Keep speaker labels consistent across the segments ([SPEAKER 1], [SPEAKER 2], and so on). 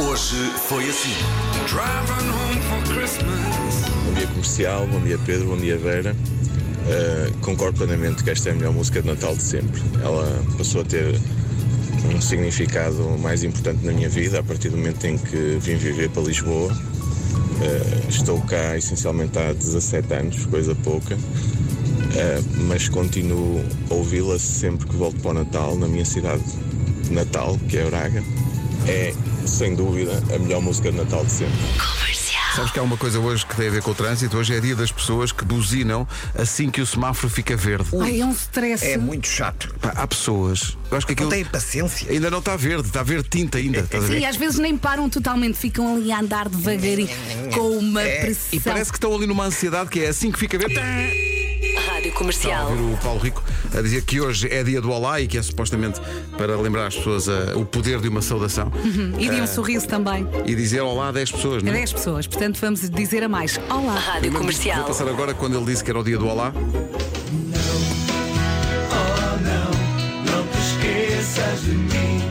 [SPEAKER 1] Hoje foi assim.
[SPEAKER 2] Driving home for Christmas.
[SPEAKER 3] Bom dia comercial, bom dia Pedro, bom dia Vera. Uh, concordo plenamente que esta é a melhor música de Natal de sempre. Ela passou a ter um significado mais importante na minha vida a partir do momento em que vim viver para Lisboa. Uh, estou cá essencialmente há 17 anos, coisa pouca, uh, mas continuo a ouvi-la sempre que volto para o Natal, na minha cidade de Natal, que é Braga. É, sem dúvida, a melhor música de Natal de sempre.
[SPEAKER 4] Sabes que há uma coisa hoje que tem a ver com o trânsito. Hoje é dia das pessoas que buzinam assim que o semáforo fica verde.
[SPEAKER 5] Ai, é um stress.
[SPEAKER 6] É muito chato.
[SPEAKER 4] Pá, há pessoas. Eu acho que
[SPEAKER 6] Não
[SPEAKER 4] aquilo
[SPEAKER 6] tem é paciência.
[SPEAKER 4] ainda não está verde, está verde tinta ainda. estás a ver?
[SPEAKER 5] E às vezes nem param totalmente, ficam ali a andar devagarinho com uma pressão.
[SPEAKER 4] É, E parece que estão ali numa ansiedade que é assim que fica verde.
[SPEAKER 7] Rádio Comercial.
[SPEAKER 4] ouvir o Paulo Rico a dizer que hoje é dia do Olá e que é supostamente para lembrar as pessoas ah, o poder de uma saudação
[SPEAKER 5] E
[SPEAKER 4] Ah.
[SPEAKER 5] de um sorriso também.
[SPEAKER 4] e dizer Olá a 10 pessoas,
[SPEAKER 5] A
[SPEAKER 4] não é?
[SPEAKER 5] 10 pessoas, portanto vamos dizer a mais. Olá.
[SPEAKER 7] Rádio
[SPEAKER 4] Vou
[SPEAKER 7] Comercial.
[SPEAKER 4] passar agora quando ele disse que era o dia do Olá.
[SPEAKER 2] Oh não, não te esqueças de mim.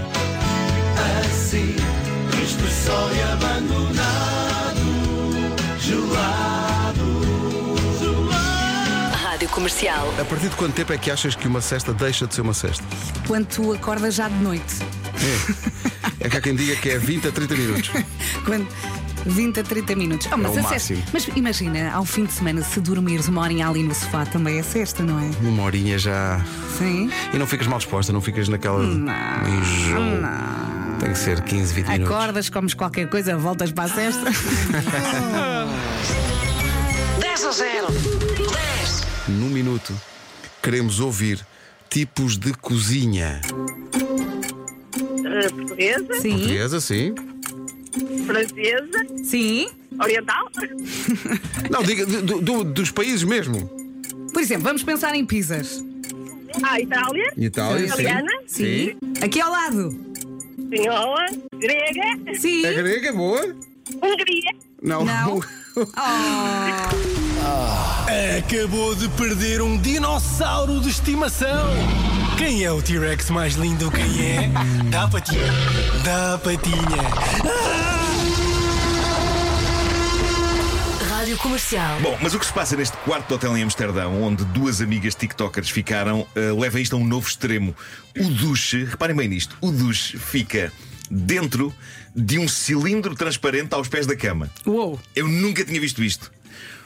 [SPEAKER 2] Assim, isto só e abandonado, gelado, gelado.
[SPEAKER 7] Rádio Comercial.
[SPEAKER 4] A partir de quanto tempo é que achas que uma cesta deixa de ser uma cesta?
[SPEAKER 5] Quando tu acordas já de noite.
[SPEAKER 4] É que há quem diga que é 20 a 30 minutos.
[SPEAKER 5] Quando 20 a 30 minutos. Ah, mas,
[SPEAKER 4] É o
[SPEAKER 5] a sexta-
[SPEAKER 4] máximo.
[SPEAKER 5] mas imagina, ao fim de semana, se dormires uma horinha ali no sofá, também é sexta, não é?
[SPEAKER 4] Uma horinha já.
[SPEAKER 5] Sim.
[SPEAKER 4] E não ficas mal disposta, não ficas naquela. Não. Enjoo. Tem que ser 15, 20 minutos.
[SPEAKER 5] Acordas, comes qualquer coisa, voltas para a sexta.
[SPEAKER 7] 10 a 0. 10.
[SPEAKER 4] Num minuto, queremos ouvir tipos de cozinha.
[SPEAKER 8] Eh, portuguesa,
[SPEAKER 5] Sim.
[SPEAKER 4] Portuguesa, sim.
[SPEAKER 8] francesa,
[SPEAKER 5] Sim.
[SPEAKER 8] oriental,
[SPEAKER 4] Não, diga do- do- dos países mesmo.
[SPEAKER 5] Por exemplo, vamos pensar em pizzas.
[SPEAKER 8] ah, Itália,
[SPEAKER 4] Itália, sim.
[SPEAKER 8] italiana,
[SPEAKER 4] Sim.
[SPEAKER 5] Aqui ao lado.
[SPEAKER 8] espanhola, grega,
[SPEAKER 5] Sim.
[SPEAKER 4] É grega, boa?
[SPEAKER 8] Hungria.
[SPEAKER 4] Não.
[SPEAKER 5] Não.
[SPEAKER 2] Acabou de perder um dinossauro de estimação. Quem é o T-Rex mais lindo? Quem é? Dá patinha. Dá patinha.
[SPEAKER 7] Rádio Comercial.
[SPEAKER 9] Bom, mas o que se passa neste quarto de hotel em Amsterdão, onde duas amigas tiktokers ficaram, eh, leva isto a um novo extremo. O duche, reparem bem nisto, o duche fica dentro de um cilindro transparente aos pés da cama.
[SPEAKER 5] Uou.
[SPEAKER 9] Eu nunca tinha visto isto.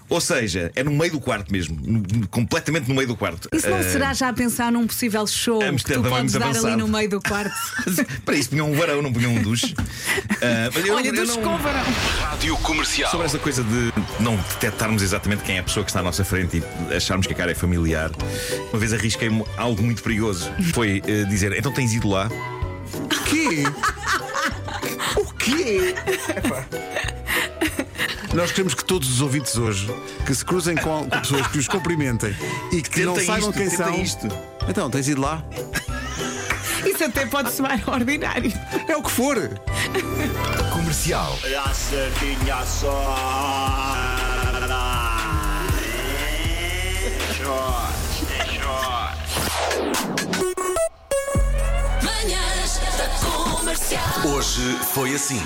[SPEAKER 9] Ou seja, é no meio do quarto mesmo, no- completamente no meio do quarto.
[SPEAKER 5] Isso não
[SPEAKER 9] Eh,
[SPEAKER 5] será já a pensar num possível show que tu
[SPEAKER 9] Amsterdão é
[SPEAKER 5] podes
[SPEAKER 9] muito
[SPEAKER 5] dar ali
[SPEAKER 9] avançado.
[SPEAKER 5] no meio do quarto?
[SPEAKER 9] Para isso punham um varão, não punham um duche. Ah, mas eu
[SPEAKER 5] Olha,
[SPEAKER 9] eu
[SPEAKER 5] dos escóvaras.
[SPEAKER 1] Rádio Comercial.
[SPEAKER 9] Sobre esta coisa de não detectarmos exatamente quem é a pessoa que está à nossa frente e acharmos que a cara é familiar, uma vez arrisquei-me algo muito perigoso. Foi eh, dizer, então tens ido lá?
[SPEAKER 4] quê? O quê? Nós queremos que todos os ouvintes hoje que se cruzem com, com pessoas que os cumprimentem e que não
[SPEAKER 9] Tenta
[SPEAKER 4] saibam
[SPEAKER 9] isto,
[SPEAKER 4] quem
[SPEAKER 9] tenta
[SPEAKER 4] são.
[SPEAKER 9] isto.
[SPEAKER 4] Então, tens ido lá?
[SPEAKER 5] Isso até pode soar ordinário.
[SPEAKER 4] É o que for.
[SPEAKER 6] Comercial.
[SPEAKER 2] A sardinha só.
[SPEAKER 1] Hoje foi assim.